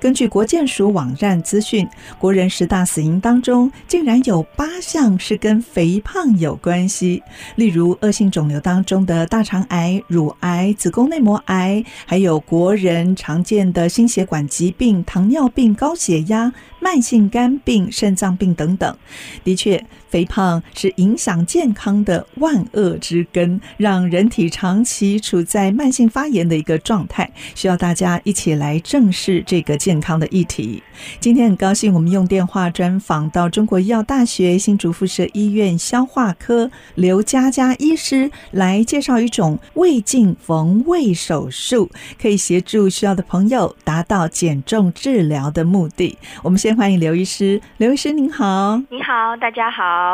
根据国健署网站资讯，国人十大死因当中，竟然有八项是跟肥胖有关系，例如恶性肿瘤当中的大肠癌、乳癌、子宫内膜癌，还有国人常见的心血管疾病、糖尿病、高血压、慢性肝病、肾脏病等等。的确，肥胖是影响健康的万恶之根，让人体长期处在慢性发炎的一个状态，需要大家一起来正视这个健康的议题。今天很高兴，我们用电话专访到中国医药大学新竹附设医院消化科刘佳佳医师来介绍一种胃镜缝胃手术，可以协助需要的朋友达到减重治疗的目的。我们先欢迎刘医师，刘医师您好。你好，大家好。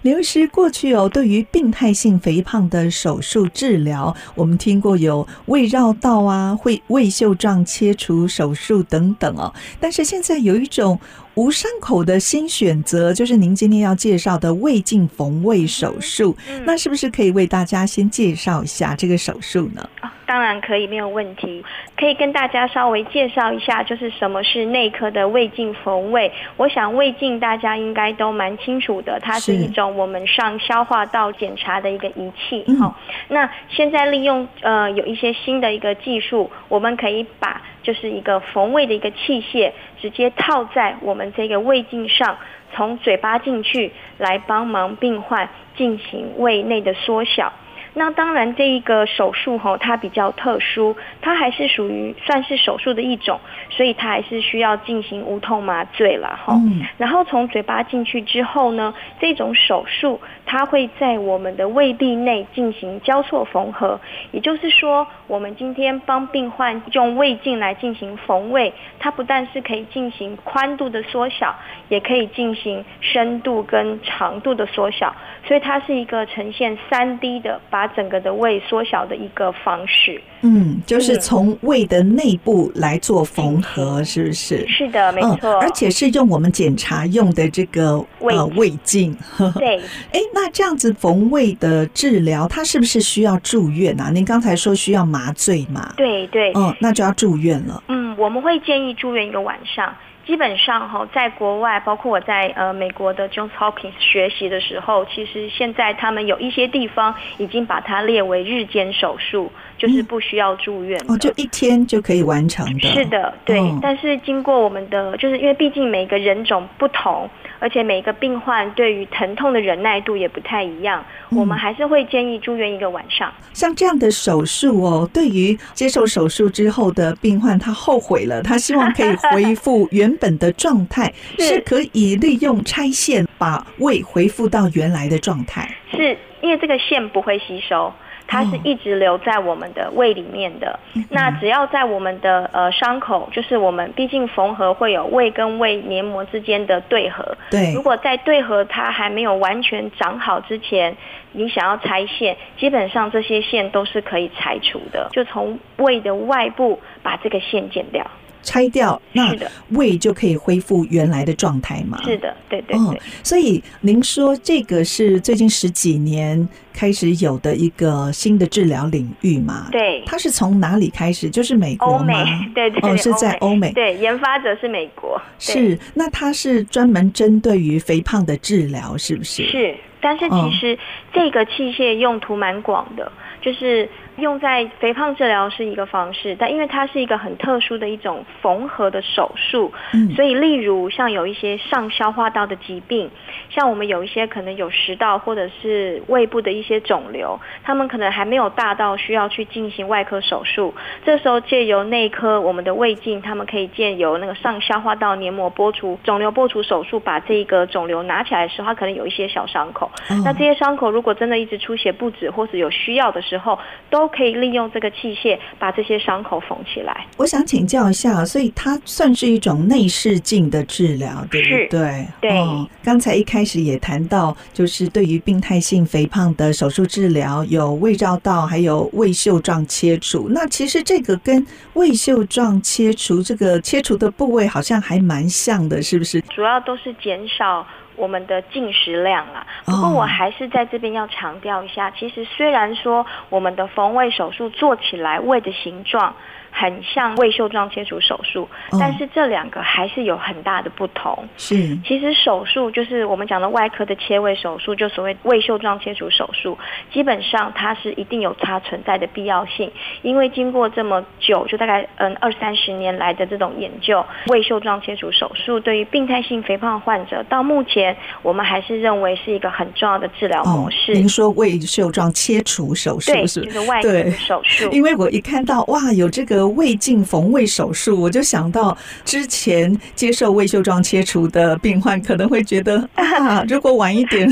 刘医师过去哦，对于病态性肥胖的手术治疗，我们听过有胃绕道啊、胃胃袖状切除手术等等哦。但是现在有一种无伤口的新选择，就是您今天要介绍的胃镜缝胃手术。嗯那是不是可以为大家先介绍一下这个手术呢？哦当然可以，没有问题。可以跟大家稍微介绍一下，就是什么是内科的胃镜缝胃。我想胃镜大家应该都蛮清楚的，它是是一种我们上消化道检查的一个仪器。嗯哦，那现在利用呃有一些新的一个技术，我们可以把就是一个缝胃的一个器械直接套在我们这个胃镜上，从嘴巴进去来帮忙病患进行胃内的缩小。那当然，这一个手术吼、它比较特殊，它还是属于算是手术的一种，所以它还是需要进行无痛麻醉啦吼、嗯然后从嘴巴进去之后呢，这种手术它会在我们的胃壁内进行交错缝合，也就是说，我们今天帮病患用胃镜来进行缝胃，它不但是可以进行宽度的缩小，也可以进行深度跟长度的缩小，所以它是一个呈现三 D 的把整个的胃缩小的一个方式。嗯，就是嗯从胃的内部来做缝合，是不是？嗯是的，没错，哦而且是用我们检查用的这个胃呃镜胃镜。 对。哎，那这样子缝胃的治疗，它是不是需要住院啊？您刚才说需要麻醉嘛？对对，嗯，那就要住院了。嗯，我们会建议住院一个晚上。基本上哈、在国外，包括我在呃美国的 Johns Hopkins 学习的时候，其实现在他们有一些地方已经把它列为日间手术，就是嗯不需要住院的。哦，就一天就可以完成的。是，的，对。嗯但是经过我们的，就是因为毕竟每个人种不同，而且每个病患对于疼痛的忍耐度也不太一样，我们嗯还是会建议住院一个晚上。像这样的手术哦，对于接受手术之后的病患，他后悔了，他希望可以恢 复原本的状态，是是可以利用拆线把胃恢复到原来的状态。是因为这个线不会吸收，它是哦一直留在我们的胃里面的。那嗯只要在我们的呃伤口，就是我们毕竟缝合会有胃跟胃黏膜之间的对合，对如，果在对合它还没有完全长好之前，你想要拆线，基本上这些线都是可以拆除的，就从胃的外部把这个线剪掉。拆掉那是的，胃就可以恢复原来的状态嘛？是的，对对哦对，所以您说这个是最近十几年开始有的一个新的治疗领域嘛？，对，它是从哪里开始？就是美国欧吗？美， 对对哦，对是在欧美。对，研发者是美国，对是，那它是专门针对于肥胖的治疗，是不是？，是，但是嗯其实这个器械用途蛮广的，就是用在肥胖治疗是一个方式，但因为它是一个很特殊的一种缝合的手术，嗯，所以例如像有一些上消化道的疾病，像我们有一些可能有食道或者是胃部的一些肿瘤，他们可能还没有大到需要去进行外科手术，这时候借由内科我们的胃镜，他们可以借由那个上消化道黏膜剥除肿瘤剥除手术，把这个肿瘤拿起来的时候，它可能有一些小伤口，哦那这些伤口如果真的一直出血不止，或者有需要的时候，都都可以利用这个器械把这些伤口缝起来。我想请教一下，所以它算是一种内视镜的治疗，对是不对？对哦。刚才一开始也谈到，就是对于病态性肥胖的手术治疗，有胃绕道，还有胃袖状切除。那其实这个跟胃袖状切除这个切除的部位好像还蛮像的，是不是？主要都是减少我们的进食量啦。不过哦我还是在这边要强调一下，其实虽然说我们的缝胃手术做起来胃的形状很像胃袖状切除手术，哦但是这两个还是有很大的不同。是其实手术就是我们讲的外科的切胃手术，就所谓胃袖状切除手术，基本上它是一定有它存在的必要性，因为经过这么久，就大概嗯二三十年来的这种研究，胃袖状切除手术对于病态性肥胖患者，到目前我们还是认为是一个很重要的治疗模式。哦您说胃袖状切除手术对，是不？就是是外科对的手术。因为我一看到哇，有这个胃镜缝胃手术，我就想到之前接受胃袖状切除的病患可能会觉得啊，如果晚一 点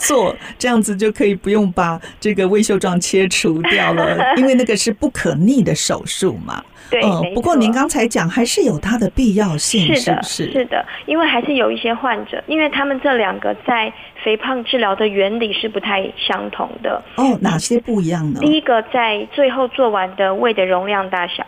做，这样子就可以不用把这个胃袖状切除掉 了，因为那个是不可逆的手术嘛。对，嗯，没不过您错刚才讲还是有它的必要性，是的，不是？的，因为还是有一些患者，因为他们这两个在肥胖治疗的原理是不太相同的。哦，哪些不一样呢？第一个，在最后做完的胃的容量大小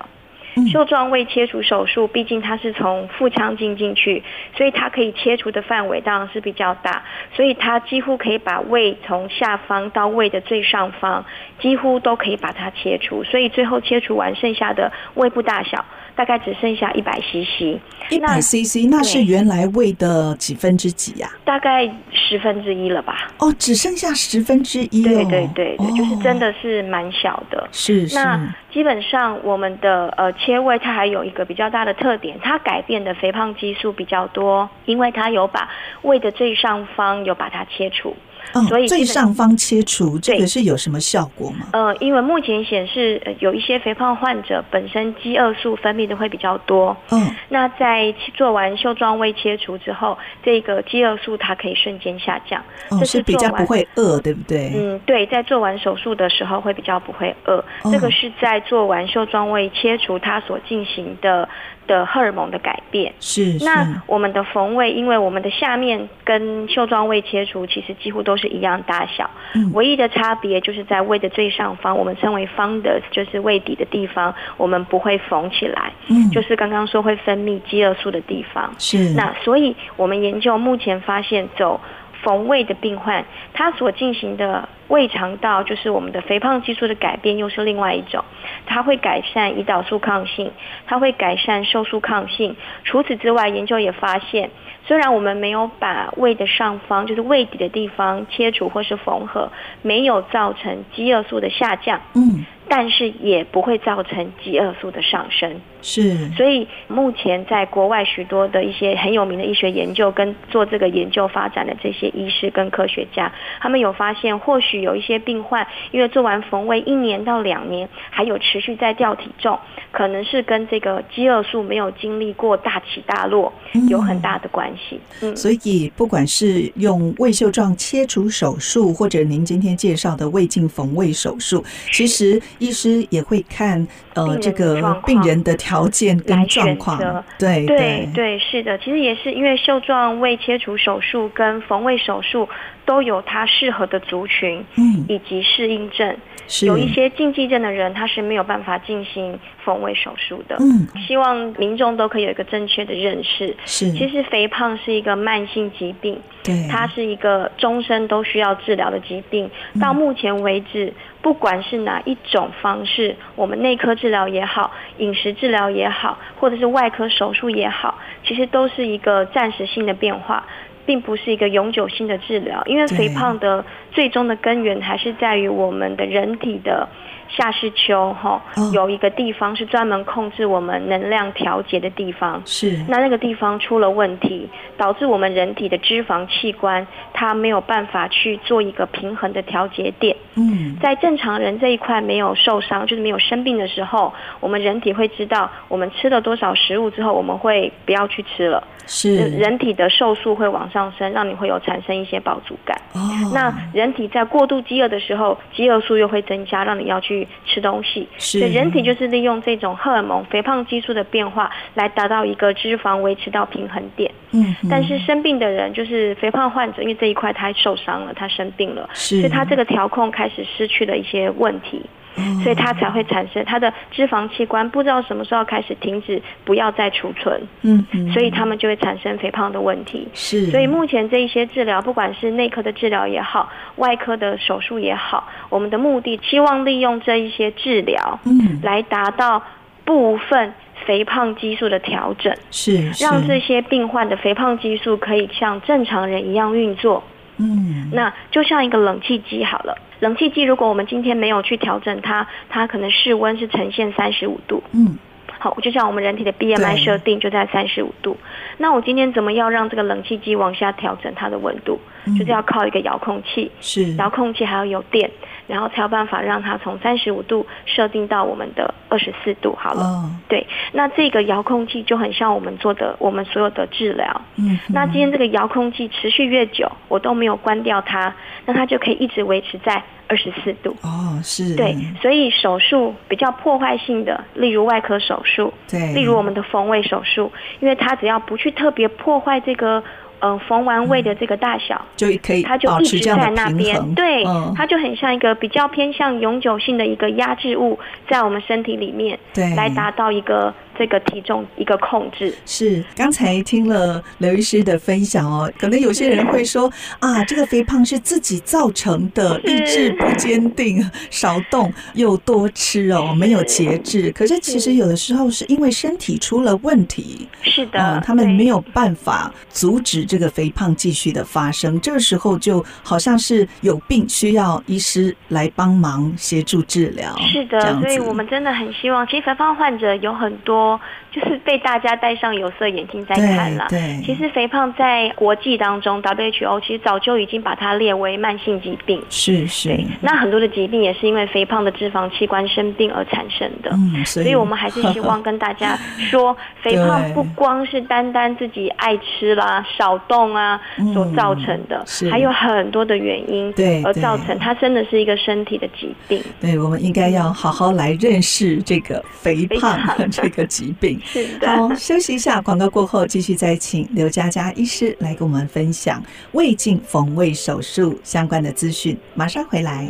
嗯。袖状胃切除手术，毕竟它是从腹腔镜进去，所以它可以切除的范围当然是比较大，所以它几乎可以把胃从下方到胃的最上方，几乎都可以把它切除，所以最后切除完剩下的胃部大小大概只剩下一百 CC。一百那 CC，那是对原来胃的几分之几呀、大概十分之一了吧。哦，只剩下十分之一哦。对对对对，就是真哦。的是蛮小的。是是，那基本上我们的呃切胃，它还有一个比较大的特点，它改变的肥胖激素比较多，因为它有把胃的最上方有把它切除。嗯，所以最基本上方切除这对个是有什么效果吗？呃，因为目前显示、呃有一些肥胖患者本身饥饿素分泌的会比较多，嗯，那在做完袖状胃切除之后，这个饥饿素它可以瞬间下降。哦，这是是比做较不完会饿，对不对？嗯，对，在做完手术的时候会比较不会饿，哦这个是在做完袖状胃切除它所进行的的荷尔蒙的改变。是是，那我们的缝胃，因为我们的下面跟袖状胃切除其实几乎都是一样大小，嗯唯一的差别就是在胃的最上方，我们称为 fundus，就是胃底的地方，我们不会缝起来，嗯，就是是刚刚说会分泌饥饿素的地方。是那所以我们研究目前发现，走缝胃的病患，他所进行的胃肠道就是我们的肥胖激素的改变，又是另外一种，它会改善胰岛素抗性，它会改善瘦素抗性。除此之外，研究也发现，虽然我们没有把胃的上方，就是胃底的地方切除或是缝合，没有造成饥饿素的下降，嗯但是也不会造成饥饿素的上升。是所以目前在国外许多的一些很有名的医学研究跟做这个研究发展的这些医师跟科学家，他们有发现，或许有一些病患因为做完缝胃一年到两年，还有持续在掉体重，可能是跟这个饥饿素没有经历过大起大落有很大的关系。嗯，嗯所以，不管是用胃袖状切除手术，或者您今天介绍的胃镜缝胃手术，其实医师也会看呃病人的这个状况病人的条件跟来状选况择，对对对，是的，其实也是因为袖状胃切除手术跟缝胃手术都有它适合的族群嗯，以及适应症。是有一些禁忌症的人，他是没有办法进行缝胃手术的。嗯希望民众都可以有一个正确的认识。是，其实肥胖是一个慢性疾病，对它是一个终身都需要治疗的疾病。嗯到目前为止，不管是哪一种方式，我们内科治疗也好，饮食治疗也好，或者是外科手术也好，其实都是一个暂时性的变化。并不是一个永久性的治疗，因为对肥胖的最终的根源还是在于我们的人体的下视丘，哈、哦有一个地方是专门控制我们能量调节的地方。是那那个地方出了问题，导致我们人体的脂肪器官它没有办法去做一个平衡的调节点。嗯在正常人这一块没有受伤，就是没有生病的时候，我们人体会知道我们吃了多少食物之后，我们会不要去吃了，是呃人体的瘦素会往上升，让你会有产生一些饱足感。哦那人体在过度饥饿的时候，饥饿素又会增加，让你要去去吃东西。是所以人体就是利用这种荷尔蒙、肥胖激素的变化来达到一个脂肪维持到平衡点。嗯哼，但是生病的人就是肥胖患者，因为这一块他受伤了，他生病了，是所以他这个调控开始失去了一些问题。哦所以它才会产生它的脂肪器官不知道什么时候开始停止，不要再储存，嗯哼，所以他们就会产生肥胖的问题。是所以目前这一些治疗，不管是内科的治疗也好，外科的手术也好，我们的目的希望利用这一些治疗嗯来达到部分肥胖激素的调整，是是让这些病患的肥胖激素可以像正常人一样运作。嗯那就像一个冷气机好了，冷气机如果我们今天没有去调整它，它可能室温是呈现三十五度，嗯好，就像我们人体的对 BMI 设定就在三十五度。那我今天怎么要让这个冷气机往下调整它的温度？嗯就是要靠一个遥控器，是遥控器还要有电，然后才有办法让它从三十五度设定到我们的二十四度好了。哦对，那这个遥控器就很像我们做的我们所有的治疗，嗯哼，那今天这个遥控器持续越久，我都没有关掉它，那它就可以一直维持在二十四度。哦是对，所以手术比较破坏性的，例如外科手术，对，例如我们的缝位手术，因为它只要不去特别破坏这个，呃，缝完位的这个大小，就可以它就嗯保一持直这样在的那平衡，边，对嗯，它就很像一个比较偏向永久性的一个压制物，在我们身体里面，对来达到一个这个体重一个控制。是，刚才听了刘医师的分享哦，可能有些人会说啊，这个肥胖是自己造成的，意志不坚定，少动又多吃哦，没有节制。可是其实有的时候是因为身体出了问题，是的，嗯，他们对没有办法阻止这个肥胖继续的发生，这个时候就好像是有病需要医师来帮忙协助治疗，是这的，样所以子我们真的很希望，其实肥胖患者有很多， 就是被大家戴上有色眼镜在看对啦。对，其实肥胖在国际当中，WHO 其实早就已经把它列为慢性疾病。是是，那很多的疾病也是因为肥胖的脂肪器官生病而产生的。嗯，所所以以我们还是希望跟大家 说，肥胖不光是单单自己爱吃啦、少动啊嗯所造成的是，还有很多的原因对而对造成，它真的是一个身体的疾病。对，我们应该要好好来认识这个肥胖 这个疾病。是的。好，休息一下，广告过后继续再请刘佳佳医师来跟我们分享胃镜缝胃手术相关的资讯，马上回来。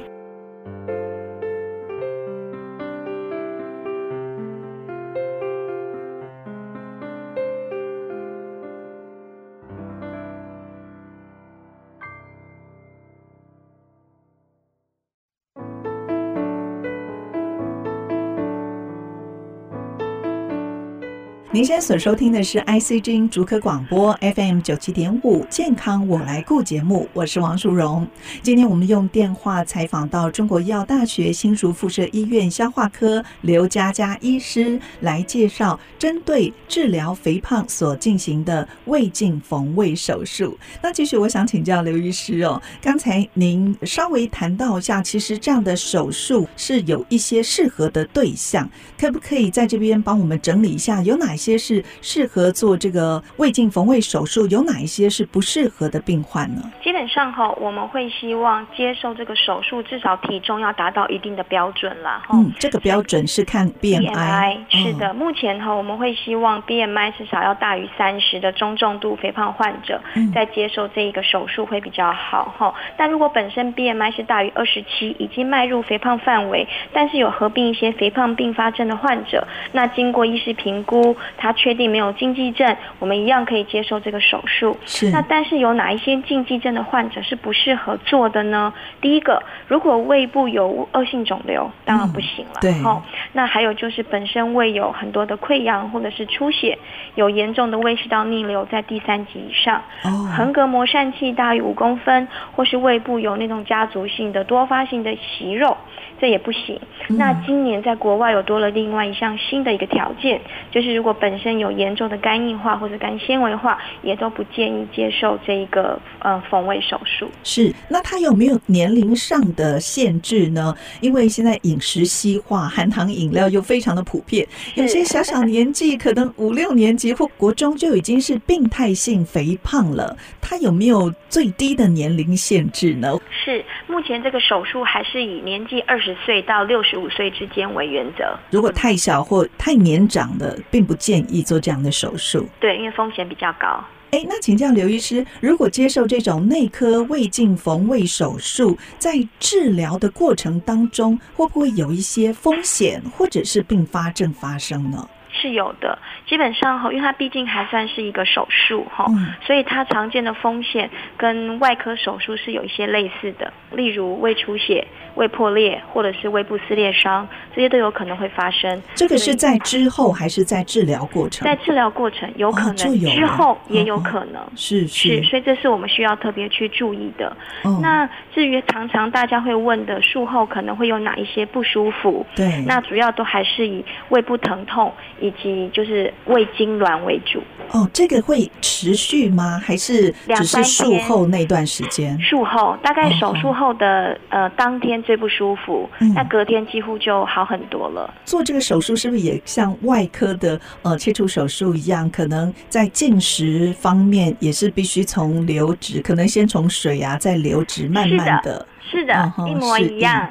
您现在所收听的是 IC 之音竹科广播 FM 九七点五健康我来顾节目，我是王淑荣。今天我们用电话采访到中国医药大学新竹附设医院消化科刘佳佳医师，来介绍针对治疗肥胖所进行的胃镜缝胃手术。那继续，我想请教刘医师哦，刚才您稍微谈到一下，其实这样的手术是有一些适合的对象，可不可以在这边帮我们整理一下，有哪些是适合做这个胃镜缝胃手术，有哪一些是不适合的病患呢？基本上哈，我们会希望接受这个手术，至少体重要达到一定的标准啦。哈、嗯，这个标准是看 BMI，, BMI 是的，嗯，目前哈我们会希望 BMI 至少要大于三十的中重度肥胖患者嗯在接受这一个手术会比较好哈。但如果本身 BMI 是大于二十七，已经迈入肥胖范围，但是有合并一些肥胖并发症的患者，那经过医师评估，他确定没有禁忌症，我们一样可以接受这个手术。哦是那但是有哪一些禁忌症的患者是不适合做的呢？第一个，如果胃部有恶性肿瘤，当然不行了。嗯对齁那还有就是本身胃有很多的溃疡或者是出血，有严重的胃食道逆流在第三级以上，哦，横膈膜疝气大于五公分，或是胃部有那种家族性的多发性的息肉，这也不行。嗯那今年在国外有多了另外一项新的一个条件，就是如果本身有严重的肝硬化或者肝纤维化，也都不建议接受这一个呃缝胃手术。是，那它有没有年龄上的限制呢？因为现在饮食西化，含糖饮料又非常的普遍，有些小小年纪，可能五六年级或国中就已经是病态性肥胖了。它有没有最低的年龄限制呢？是，目前这个手术还是以年纪二十岁到六十五岁之间为原则。如果太小或太年长的，并不建议做这样的手术。对，因为风险比较高。哎，那请教刘医师，如果接受这种内科胃镜缝胃手术，在治疗的过程当中，会不会有一些风险或者是并发症发生呢？是有的，基本上哈，因为它毕竟还算是一个手术哈，嗯所以它常见的风险跟外科手术是有一些类似的，例如胃出血、胃破裂或者是胃部撕裂伤，这些都有可能会发生。这个所是以在之后还是在治疗过程？在治疗过程有可哦就能，有之了后也嗯有嗯可能。是是，是，所以这是我们需要特别去注意的。哦那至于常常大家会问的术后可能会有哪一些不舒服，对那主要都还是以胃部疼痛以及就是胃痉挛为主。哦，这个会持续吗？还是两只是三术天后那段时间？术后大概哦手术后的、呃当天最不舒服，嗯那隔天几乎就好很多了。做这个手术是不是也像外科的呃切除手术一样？可能在进食方面也是必须从流质，可能先从水啊，再流质，慢慢的，是的，嗯哼一模是嗯一样。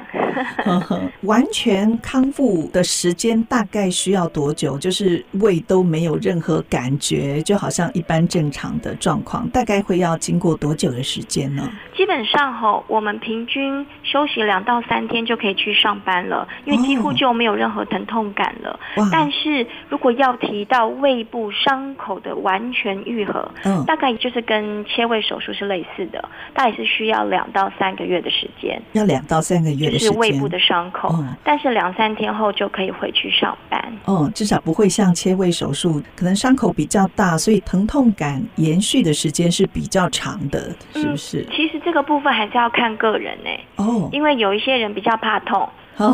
呵呵完全康复的时间大概需要多久？就是胃都没有任何感觉，就好像一般正常的状况，大概会要经过多久的时间呢？基本上吼，我们平均休息两到三天就可以去上班了，因为几乎哦嗯就没有任何疼痛感了。哇，但是如果要提到胃部伤口的完全愈合，嗯，大概就是跟切胃手术是类似的，大概是需要两到三个月的时间，要两到三个月就的时是胃间部。的伤口。嗯但是两三天后就可以回去上班。哦，至少不会像切胃手术，可能伤口比较大，所以疼痛感延续的时间是比较长的，嗯是不是？其实这个部分还是要看个人呢、哦，因为有一些人比较怕 痛，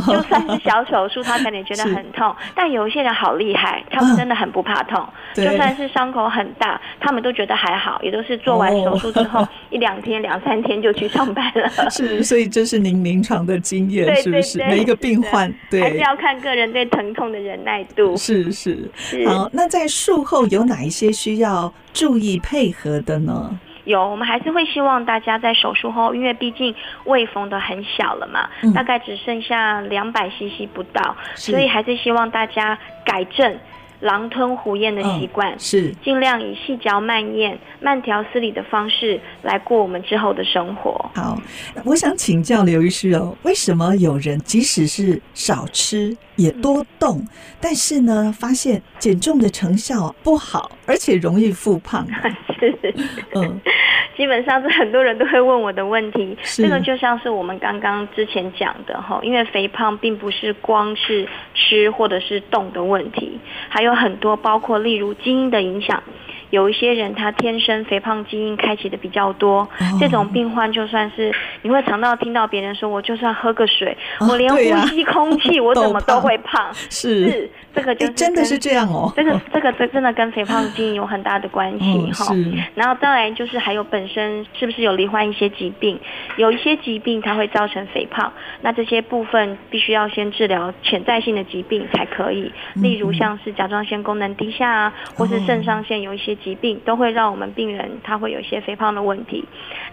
就算是小手术，他可能觉得是很痛，但有一些人好厉害，他们嗯真的很不怕痛，就对算是伤口很大，他们都觉得还好，也都是做完手术之后、哦 一两天、两三天就去上班了。是，所以这是您临床的经验，对是不是？对对每一个病患，还是 对，要看个人对疼痛的忍耐度。是是。是好，那在术后有哪一些需要注意配合的呢？有，我们还是会希望大家在手术后，因为毕竟胃缝的很小了嘛，嗯大概只剩下两百 CC 不到，是所以还是希望大家改正狼吞虎咽的嗯习惯。是尽量以细嚼慢咽、慢条斯理的方式来过我们之后的生 活。好，我想请教刘医师哦，为什么有人即使是少吃也多动，但是呢，发现减重的成效不好，而且容易复 胖？是，嗯，基本上是很多人都会问我的问题。是这个就像是我们刚刚之前讲的哈，因为肥胖并不是光是吃或者是动的问题，还有很多包括例如基因的影响。有一些人他天生肥胖基因开启的比较多，哦这种病患就算是你会常到听到别人说，我就算喝个水，啊我连对呀呼吸空气， 我怎么都都胖会胖。是，是，这个就哎，是真的跟是这样哦。这个这个这真的跟肥胖基因有很大的关系嗯，哈、是然后当然就是还有本身是不是有罹患一些疾病，有一些疾病它会造成肥胖，那这些部分必须要先治疗潜在性的疾病才可以，例如像是甲状腺功能低下啊，或是肾上腺有一些疾病，都会让我们病人他会有一些肥胖的问题。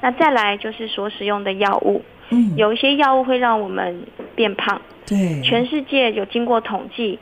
那再来就是所使用的药物，嗯，有一些药物会让我们变胖。对，全世界有经过统计，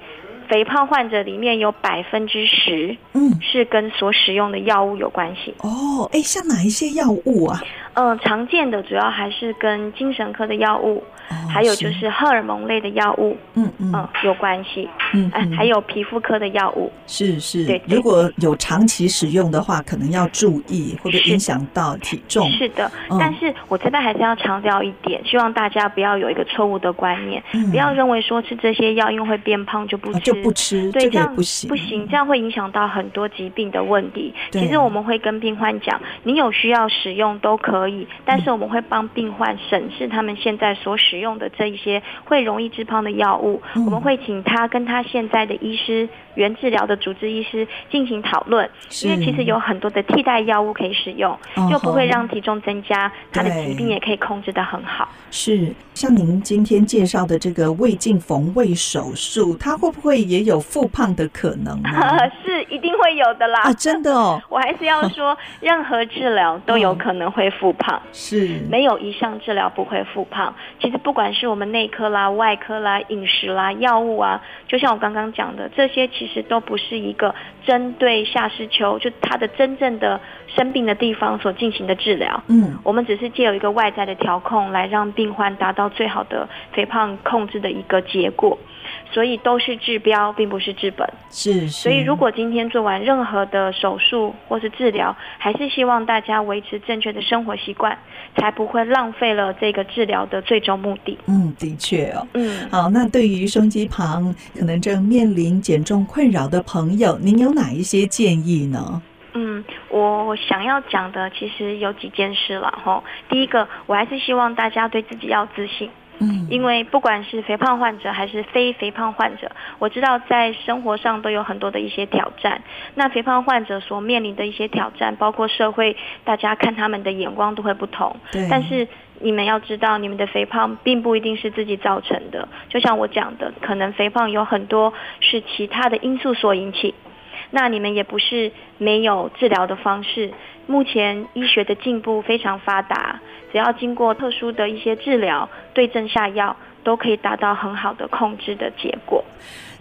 肥胖患者里面有百分之十嗯。是跟所使用的药物有关系。哦，哎，像哪一些药物啊？嗯、常见的主要还是跟精神科的药物，哦还有就，是荷尔蒙类的药物，嗯嗯嗯、有关系。嗯哎、嗯，还有皮肤科的药物，是是对，对如果有长期使用的话，可能要注意，会不会是影响到体重？是的。嗯但是我这边还是要强调一点，希望大家不要有一个错误的观念，嗯不要认为说吃这些药因为会变胖就不吃，啊就不吃，对，这这个也样不行，不行，这样会影响到很多疾病的问题。对其实我们会跟病患讲，你有需要使用都可以，但嗯是我们会帮病患审视他们现在所使用的这一些会容易致胖的药物，嗯我们会请他跟他他现在的医师、原治疗的主治医师进行讨论，是因为其实有很多的替代药物可以使用，嗯又不会哼让体重增加，他的对疾病也可以控制得很好。是像您今天介绍的这个胃镜缝胃手术，它会不会也有复胖的可能 呢？是一定会有的啦。嗯啊，真的哦，我还是要 说，任何治疗都嗯有可能会复胖。是 没有一项治疗不会复胖。其实不管是我们内科啦、外科啦、饮食啦、药物啊，就像我刚刚讲的，这些其实都不是一个针对下视丘就它的真正的生病的地方所进行的治疗。嗯，我们只是借由一个外在的调控来让病患达到最好的肥胖控制的一个结果，所以都是治标，并不是治本。是是。所以，如果今天做完任何的手术或是治疗，还是希望大家维持正确的生活习惯，才不会浪费了这个治疗的最终目的。嗯，的确哦。嗯，好，那对于收音机旁可能正面临减重困扰的朋友，您有哪一些建议呢？嗯，我想要讲的其实有几件事了吼。第一个，我还是希望大家对自己要自信，嗯，因为不管是肥胖患者还是非肥胖患者，我知道在生活上都有很多的一些挑战。那肥胖患者所面临的一些挑战，包括社会大家看他们的眼光都会不同。对，但是你们要知道，你们的肥胖并不一定是自己造成的。就像我讲的，可能肥胖有很多是其他的因素所引起。那你们也不是没有治疗的方式。目前医学的进步非常发达，只要经过特殊的一些治疗、对症下药，都可以达到很好的控制的结果。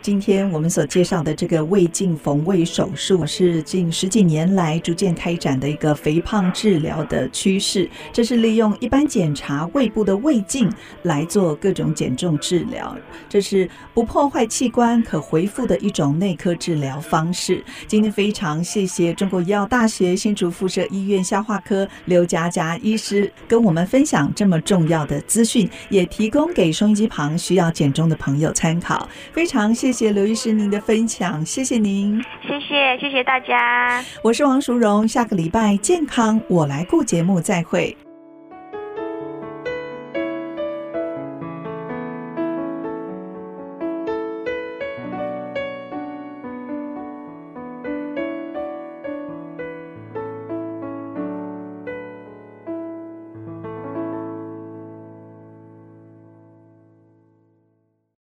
今天我们所介绍的这个胃镜缝胃手术，是近十几年来逐渐开展的一个肥胖治疗的趋势。这是利用一般检查胃部的胃镜来做各种减重治疗，这是不破坏器官可回复的一种内科治疗方式。今天非常谢谢中国医药大学新竹附设医院消化科刘佳佳医师跟我们分享这么重要的资讯，也提供给收音机旁需要减重的朋友参考。非常谢谢刘医师您的分享，谢谢您。谢谢，谢谢大家。我是王淑荣，下个礼拜健康我来顾节目再会。